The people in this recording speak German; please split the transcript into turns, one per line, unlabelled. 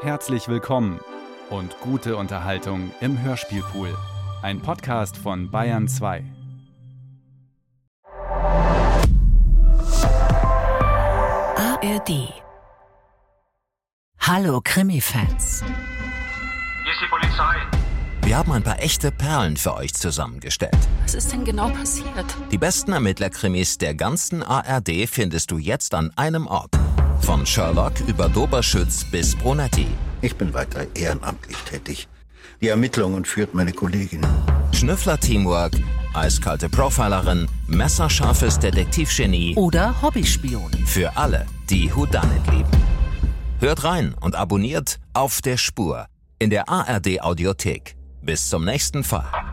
Herzlich willkommen und gute Unterhaltung im Hörspielpool. Ein Podcast von Bayern 2.
ARD. Hallo Krimi-Fans.
Hier ist die Polizei.
Wir haben ein paar echte Perlen für euch zusammengestellt.
Was ist denn genau passiert?
Die besten Ermittlerkrimis der ganzen ARD findest du jetzt an einem Ort. Von Sherlock über Doberschütz bis Brunetti.
Ich bin weiter ehrenamtlich tätig. Die Ermittlungen führt meine Kollegin.
Schnüffler-Teamwork, eiskalte Profilerin, messerscharfes Detektivgenie.
Oder Hobbyspion.
Für alle, die Houdanet lieben. Hört rein und abonniert Auf der Spur in der ARD Audiothek. Bis zum nächsten Fall.